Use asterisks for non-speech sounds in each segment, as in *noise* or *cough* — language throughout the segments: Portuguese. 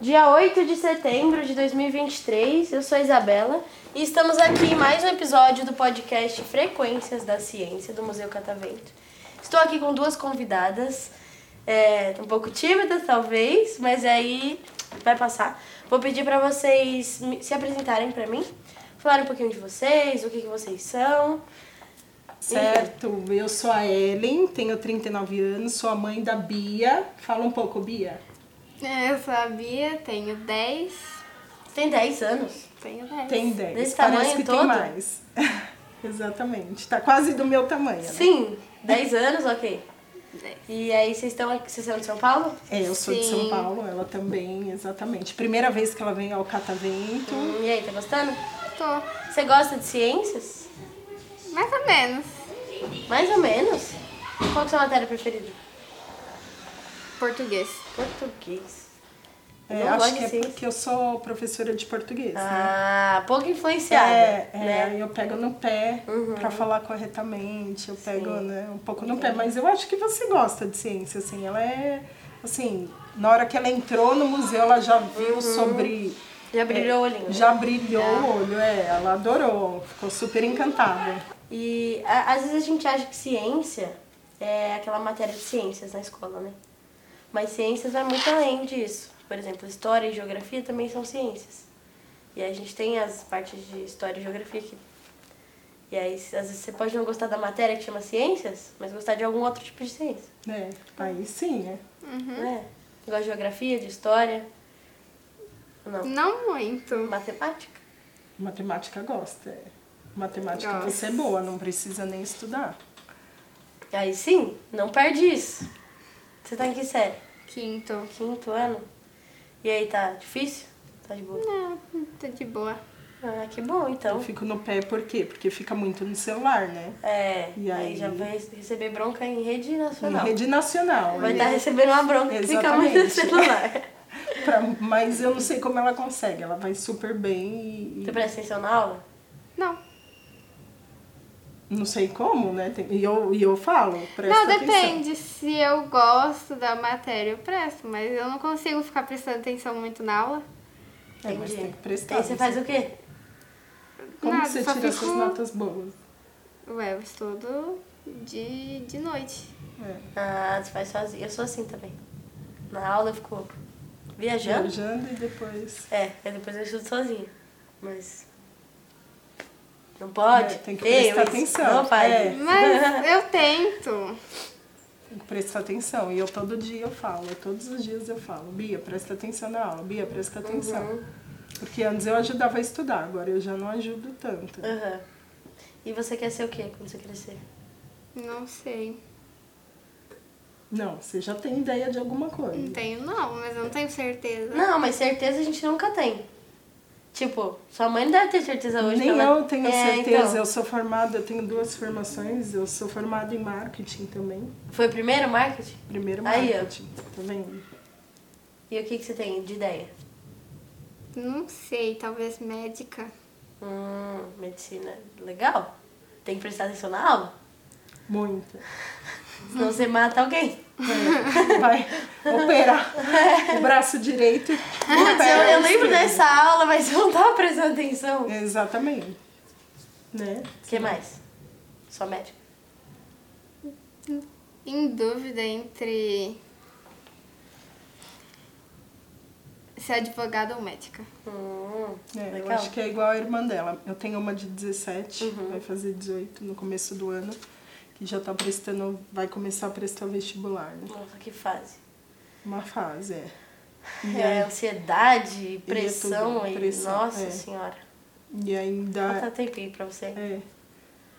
Dia 8 de setembro de 2023, eu sou a Isabela e estamos aqui em mais um episódio do podcast Frequências da Ciência do Museu Catavento. Estou aqui com duas convidadas, é, um pouco tímidas talvez, mas aí vai passar. Vou pedir para vocês me- se apresentarem para mim, falarem um pouquinho de vocês, o que, que vocês são. Certo, eu sou a Ellen, tenho 39 anos, sou a mãe da Bia. Fala um pouco, Bia. É, Eu sou a Bia, tenho 10. Tem 10 anos. Tenho 10. Tem 10. É Desse Parece tamanho que todo? tem mais. *laughs* Exatamente. Tá quase do meu tamanho. né? Sim, 10 anos, ok. Dez. E aí vocês estão aqui, vocês são de São Paulo? É, eu sou de São Sim. Paulo, ela também, exatamente. Primeira vez que ela vem ao Catavento. Hum, e aí, tá gostando? Tô. Você gosta de ciências? Mais ou menos. Mais ou menos. Qual que é a sua matéria preferida? Português. Português. É, não gosto acho que de é ciência. porque eu sou professora de português, né? Ah, pouco influenciada, É, é, né? Uhum. aí eu pego no pé pra falar corretamente, eu pego né, um pouco no pé, mas eu acho que você gosta de ciência, assim, ela é, assim, na hora que ela entrou no museu, ela já viu sobre... Uhum. Já brilhou o é, olhinho. né? Já brilhou o olho, é, ela adorou, ficou super encantada. E a- às vezes a gente acha que ciência é aquela matéria de ciências na escola, né? Mas ciências vai muito além disso. Por exemplo, história e geografia também são ciências. E a gente tem as partes de história e geografia que. E aí, às vezes você pode não gostar da matéria que chama ciências, mas gostar de algum outro tipo de ciência. né? aí sim, é. né? Gosta de geografia, de história. Não. Não muito. Matemática? Matemática gosta, é. Matemática Gosto. você é boa, não precisa nem estudar. Aí sim, não perde isso. Você tá em que série? Quinto. Quinto ano? E aí, tá difícil? Tá de boa? Não, tô de boa. Ah, que bom, então. Eu fico no pé por quê? Porque fica muito no celular, né? É, E aí? aí? já vai receber bronca em rede Em nacional. rede nacional. Vai né? estar recebendo uma bronca que fica muito no Exatamente. celular. *laughs* Pra- mas eu não sei como ela consegue. Ela vai super bem e, Você presta atenção na aula? Não. e não sei como, né? Tem- e, eu, e eu falo, presta não, atenção. depende. Se eu gosto da matéria, eu presto. Mas eu não consigo ficar prestando atenção muito na aula. É, mas Entendi. tem que prestar. Aí você não faz sei. o quê? Como Nada, que você só tira essas fico- notas boas? Ué, eu estudo de, de noite. É, Ah, você faz sozinho. Eu sou assim também. Na aula eu fico viajando. viajando é e depois... É, aí depois eu estudo sozinha. Mas. Não pode? É, tem que Ei, prestar eu ensino- atenção. Não, pai. É. Mas *laughs* eu tento. Tem que prestar atenção. E eu todo dia eu falo, todos os dias eu falo. Bia, presta atenção na aula. Bia, presta Uhum. atenção. Porque antes eu ajudava a estudar, agora eu já não ajudo tanto. Aham. E você quer ser o quê quando você crescer? Não sei. Não, você já tem ideia de alguma coisa. Não tenho, não, mas eu não tenho certeza. Não, mas certeza a gente nunca tem. Tipo, sua mãe não deve ter certeza hoje. Nem que ela- eu tenho É, certeza, então. eu sou formada, eu tenho duas formações, eu sou formada em marketing também. Foi o primeiro marketing? Primeiro Aí, ó. marketing, tá vendo? E o que, que você tem de ideia? Não sei, talvez médica. Hum, medicina. Legal. Tem que prestar atenção na aula. Muito. Senão você mata alguém. É, Vai operar o braço direito. Putz, *laughs* eu, opera eu o lembro esquerdo. dessa aula, mas *laughs* eu não tava prestando É. atenção. Exatamente. Né? O que mais? Só médico. Em dúvida entre ser advogada ou médica. Hum, É, eu legal. Uhum. acho que é igual a irmã dela. Eu tenho uma de 17, vai fazer 18 no começo do ano, que já tá prestando, vai começar a prestar vestibular, né? Nossa, que fase. Uma fase, é. E É, aí- ansiedade, pressão tudo, e. pressão, nossa é. senhora. E ainda Falta tempinho pra você. É.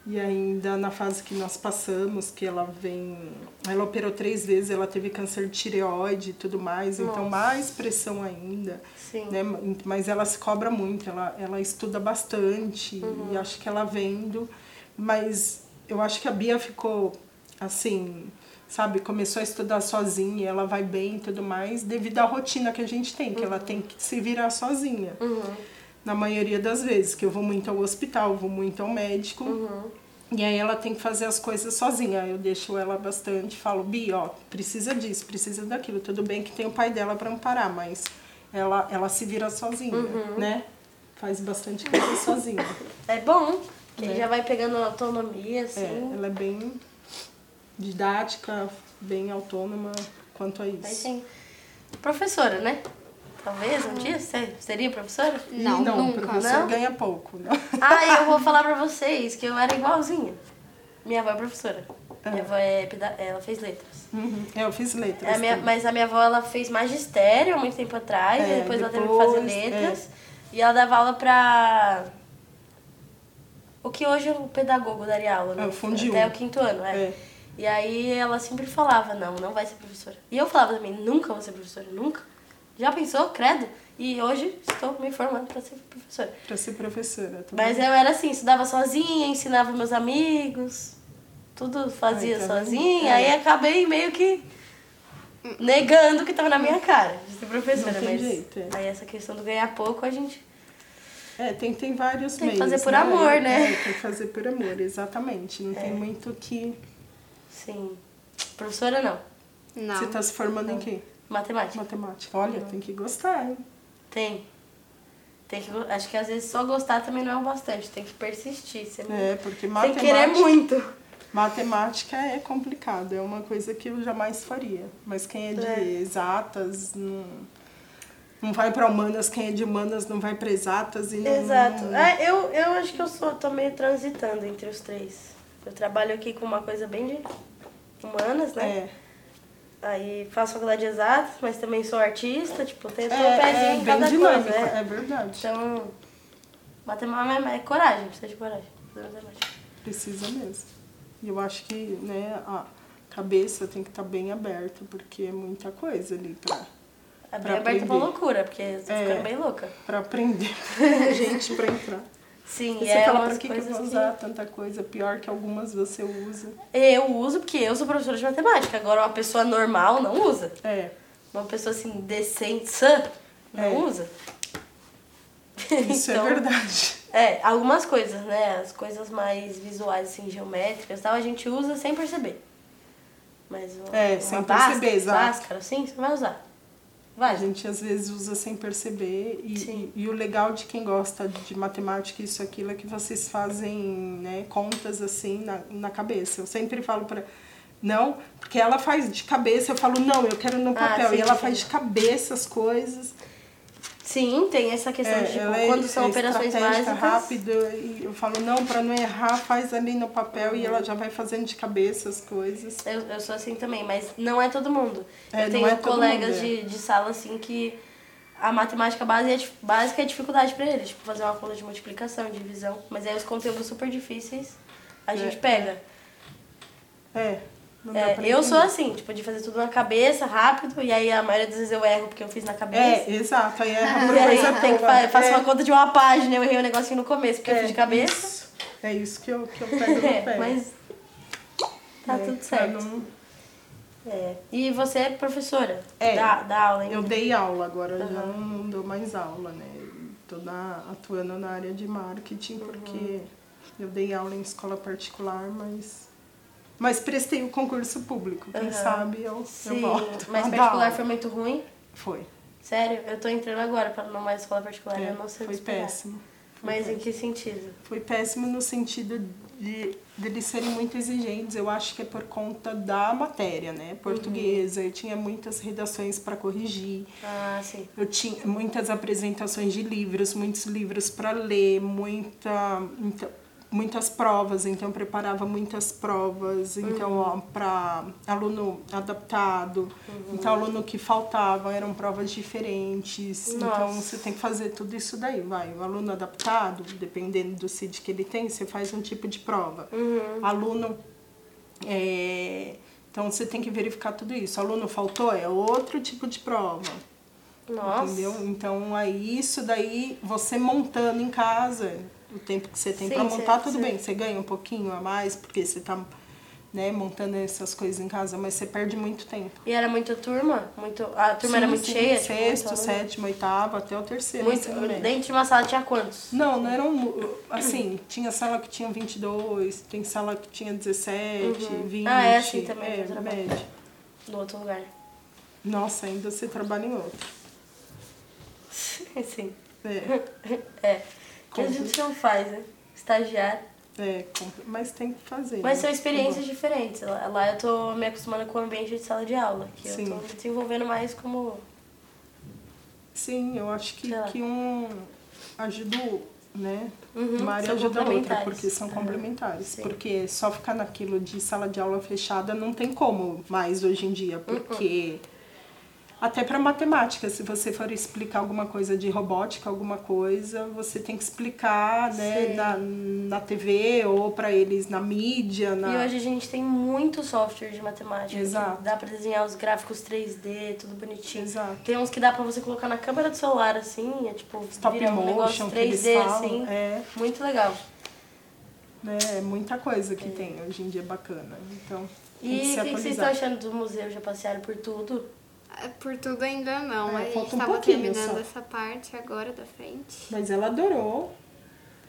E ainda na fase que nós passamos, que ela vem. Ela operou três vezes, ela teve câncer de tireoide e tudo mais, então Nossa. mais pressão ainda. Sim. Né? Mas ela se cobra muito, ela, ela estuda bastante e acho que ela vendo. Mas eu acho que a Bia ficou assim, sabe, começou a estudar sozinha, ela vai bem e tudo mais, devido à rotina que a gente tem, que ela tem que se virar sozinha. na maioria das vezes, que eu vou muito ao hospital, vou muito ao médico. E aí ela tem que fazer as coisas sozinha. Aí Eu deixo ela bastante, falo, Bi, ó, precisa disso, precisa daquilo. Tudo bem que tem o pai dela para amparar, mas ela, ela se vira sozinha, Uhum. né? Faz bastante *laughs* coisa sozinha. É bom, que aí Né? já vai pegando autonomia, É, assim. ela é bem didática, bem autônoma quanto a Aí isso. sim. Professora, né? Talvez um dia você seria professora? Não, e não, nunca. professor Não? ganha pouco. né? Não. Ah, eu vou falar pra vocês que eu era igualzinha. Minha avó é professora. Minha Ah. avó é peda- ela fez letras. *laughs* Uhum. É, Eu fiz letras. É, a minha- também. mas a minha avó ela fez magistério há muito tempo atrás, É, e depois, ela teve que depois, fazer letras. E ela dava aula pra. O que hoje o pedagogo daria aula, né? É, o fundo Até um. o quinto ano, é. É. E aí ela sempre falava, não, não vai ser professora. E eu falava também, nunca vou ser professora, nunca. Já pensou? Credo. E hoje estou me formando pra ser professora. Pra ser professora. também. Mas eu era assim, estudava sozinha, ensinava meus amigos, tudo fazia Ai, tá vendo? sozinha, É. aí acabei meio que negando o que estava na minha cara de ser professora. Não tem mas jeito, é. aí essa questão do ganhar pouco a gente. É, tem, tem vários Tem que meios. fazer por amor, né? É. É, tem que fazer por amor, exatamente. Não tem muito que. Sim. Professora não. Não. Você tá se formando em quê? Matemática. Matemática. Olha, tem que gostar, hein? Tem. Tem que, go- acho que às vezes só gostar também não é o bastante, tem que persistir. Você É, porque tem que matemática. querer muito. Matemática é complicado, é uma coisa que eu jamais faria. Mas quem é de É. exatas não, não vai pra humanas, quem é de humanas não vai pra exatas e não. Exato. não- Ah, eu, eu acho que eu sou, tô meio transitando entre os três. Eu trabalho aqui com uma coisa bem de humanas, né? É, Aí faço faculdade de exatas, mas também sou artista, tipo, é, tenho um pezinho é, em bem cada dinâmico, coisa. né? é verdade. Então, matemática é, é coragem, precisa de coragem. Precisa de matemática. Precisa mesmo. E eu acho que né, a cabeça tem que estar bem aberta, porque é muita coisa ali pra, É bem Pra aberta pra aprender. loucura, porque eu tô É. ficando bem louca. *laughs* pra aprender gente pra entrar. Sim, E e você é fala, umas pra que, que eu coisas vou usar tanta coisa? Pior que algumas você usa. Eu uso porque eu sou professora de matemática. Agora, uma pessoa normal não usa. *laughs* É, Uma pessoa assim, decente, sã, não É. usa. isso *laughs* Então, é verdade. É, algumas coisas, né? As coisas mais visuais, assim, geométricas e tal, a gente usa sem perceber. Mas uma, É, uma sem báscara, perceber, exato. báscara, assim, você vai usar. Vai. *laughs* A gente às vezes usa sem perceber. E, Sim. e- e o legal de quem gosta de matemática e isso aquilo é que vocês fazem né, contas assim na, na cabeça. Eu sempre falo para não, porque ela faz de cabeça, eu falo, não, eu quero no Ah, papel. sim, e ela sim. faz de cabeça as coisas. Sim, tem essa questão É, de tipo, ela é- quando são é operações estratégica, básicas. rápido, e eu falo, não, para não errar, faz ali no papel e ela já vai fazendo de cabeça as coisas. Eu, eu sou assim também, mas não é todo mundo. É, eu não tenho é todo colegas mundo, é. de, de sala assim que a matemática base é dif- básica é dificuldade pra eles, tipo fazer uma conta de multiplicação, divisão, mas aí os conteúdos super difíceis a gente pega. É. não dá É, pra eu entender. sou assim, tipo, de fazer tudo na cabeça, rápido, e aí a maioria das vezes eu erro porque eu fiz na cabeça. É, *laughs* exato. Aí erra por e aí coisa tem que boa. fa eu faço É. uma conta de uma página, eu errei um negocinho no começo porque eu É, fiz de cabeça. isso. É isso que eu, que *laughs* eu pego no É, pé. mas tá né, tudo pra certo. não- É. E você é professora? É. Da, da aula, então? hein? Eu dei aula, agora eu já Aham. não dou mais aula, né? Tô na- atuando na área de marketing, porque Uhum. eu dei aula em escola particular, mas... Mas prestei o concurso público, quem Aham. sabe eu, eu Sim, volto. *laughs* mas a dar particular aula. foi muito ruim. Foi, Sério, eu tô entrando agora pra numa escola particular, é, eu não sei o que foi esperar. péssimo. Foi Mas em péssimo. que sentido? Foi péssimo no sentido de, de eles serem muito exigentes. Eu acho que é por conta da matéria, né? Portuguesa. Eu tinha muitas redações para corrigir. Ah, sim. Eu tinha muitas apresentações de livros, muitos livros para ler, muita, muita- muitas provas. Então, eu preparava muitas provas. Então, para aluno adaptado. Então, aluno que faltava, eram provas diferentes. Então, Nossa. você tem que fazer tudo isso daí, vai. O aluno adaptado, dependendo do CID que ele tem, você faz um tipo de prova. Aluno. é, Então você tem que verificar tudo isso. Aluno faltou, é outro tipo de prova. Nossa. Entendeu? Então aí isso daí você montando em casa, o tempo que você tem Sim, para montar, cê- tudo cê- bem, você ganha um pouquinho a mais, porque você tá né, montando essas coisas em casa, mas você perde muito tempo. E era muita turma? Muito... A turma Sim, era muito sim, cheia? tipo, muito Sexto, aluno? sétimo, oitavo, até o terceiro. Muito. ensino médio. Dentro de uma sala tinha quantos? Não, não eram. mu- Assim, tinha sala que tinha 22, tem sala que tinha 17, 20. Ah, é assim também, É, eu trabalho. médio. No outro lugar. *laughs* Nossa, ainda você trabalha em outro. Sim. É, É. Que a gente não faz, né? Estagiário. é, compl- mas tem que fazer. Mas né? são experiências diferentes. Lá lá eu tô me acostumando com o ambiente de sala de aula, que Sim. eu tô me desenvolvendo mais como. Sim, eu acho que, Sei lá. que um ajuda o- né? Uhum, Uma área são ajuda a outra, complementares. porque são Aham. complementares. Sim. Porque só ficar naquilo de sala de aula fechada não tem como mais hoje em dia, porque. Uhum. Até para matemática, se você for explicar alguma coisa de robótica, alguma coisa, você tem que explicar né, Sim. na, na TV ou para eles na mídia. Na... E hoje a gente tem muito software de matemática. Ah. Exato. que Dá pra desenhar os gráficos 3D, tudo bonitinho. Exato. Tem uns que dá pra você colocar na câmera do celular, assim, é tipo, Stop vira um motion, negócio que eles 3D, falam. assim. É, Muito legal. né, é muita coisa que tem hoje em dia bacana. Então, tem E se o que que vocês atualizar. estão achando do museu? Já passearam por tudo? Ah, Por tudo ainda não, É, mas a falta gente um tava pouquinho terminando só. essa parte agora da frente. Mas ela adorou.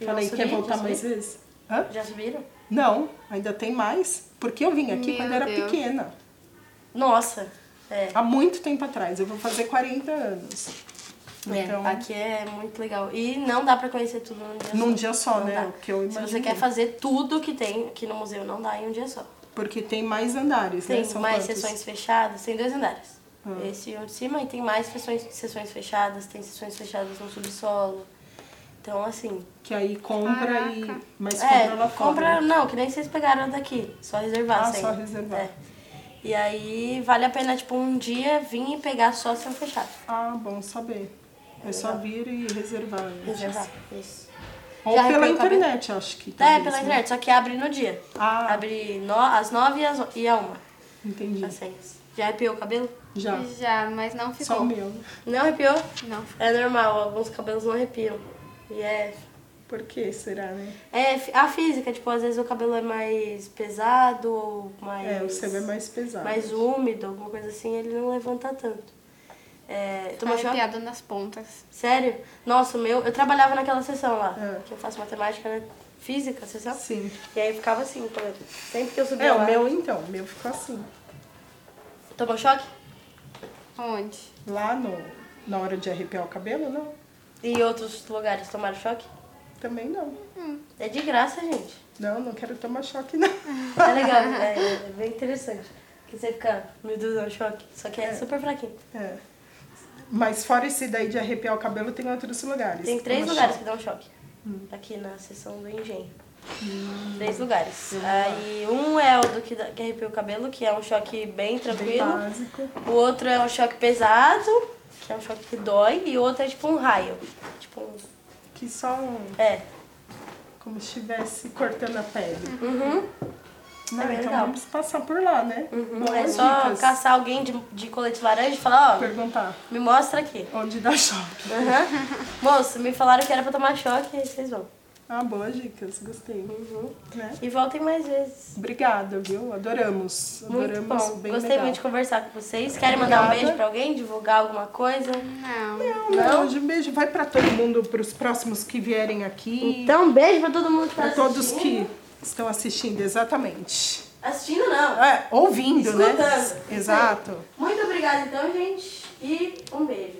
E Falei, vão quer subir? voltar Já mais subiram? vezes? Hã? Já subiram? Não, ainda tem mais. Porque eu vim aqui Meu quando era Deus. pequena. Nossa! É. Há muito tempo atrás. Eu vou fazer 40 anos. É, Então, aqui é muito legal. E não dá pra conhecer tudo num dia num só. dia só, Não né? dá. O que eu Se imagino. você quer fazer tudo que tem aqui no museu, não dá em um dia só. Porque tem mais andares, Tem né? São mais quantos? sessões fechadas, tem dois andares. Ah. Esse um de cima e tem mais sessões, sessões fechadas, tem sessões fechadas no subsolo. Então, assim. Que aí compra e. Caraca. Mas é, compra lá fora. né? compra. Não, que nem vocês pegaram daqui. Só reservar Ah, sem. só reservar. É. E aí vale a pena, tipo, um dia vir e pegar só sessão fechada. Ah, bom saber. É só vir e reservar. antes. Reservar. Isso. Ou Já pela arrepiou o cabelo? internet, acho que. É, talvez, pela né? internet, só que abre no dia. Ah. Abre no, às nove e às o- e à uma. Entendi. As senhas. Já arrepiou o cabelo? Já. Já, mas não ficou. Só um o meu. Não arrepiou? Não ficou. É normal, alguns cabelos não arrepiam. E é. Por que será, né? É f- a física, tipo, às vezes o cabelo é mais pesado ou mais. É, o seu é mais pesado. mais úmido, alguma coisa assim, ele não levanta tanto. É, tomou choque? arrepiado tá nas pontas. Sério? Nossa, o meu. Eu trabalhava naquela sessão lá, É. que eu faço matemática, né? Física, sessão. Sim. E aí ficava assim, o cabelo. sempre que eu subia É, lá. o meu então, o meu ficou assim. Tomou choque? Onde? Lá no, na hora de arrepiar o cabelo, não. E outros lugares tomaram choque? Também não. É de graça, gente. Não, não quero tomar choque, não. É legal, é, é bem interessante. Que você fica medusando choque, só que é, super fraquinho. É. Mas fora esse daí de arrepiar o cabelo, tem outros lugares. Tem que três toma lugares que choque. dão choque. Aqui na seção do engenho. Três lugares. Aí um é o do que, dá- que arrepia o cabelo, que é um choque bem Bem tranquilo. básico. O outro é um choque pesado, que é um choque que dói. E o outro é tipo um raio. Tipo um... Que só um- É. como se estivesse cortando a pele. Uhum. Não, É bem então legal. vamos passar por lá, né? Uhum. É Boas só dicas. caçar alguém de, de colete laranja e falar, ó, Perguntar me mostra aqui. onde dá *laughs* choque. Aham. Moço, me falaram que era pra tomar choque, aí vocês vão. Ah, boas dicas, gostei. Uhum. Né? E voltem mais vezes. Obrigada, viu? Adoramos. Muito Adoramos. bom. Bem Gostei legal. muito de conversar com vocês. Querem mandar um Obrigada. beijo pra alguém? Divulgar alguma coisa? Não. Não, um beijo. Vai para todo mundo, para os próximos que vierem aqui. Então, beijo pra todo mundo que tá para todos que assistindo. estão assistindo, exatamente. Assistindo, não. É, ouvindo, Escutando. né? Exato. Muito obrigada, então, gente. E um beijo.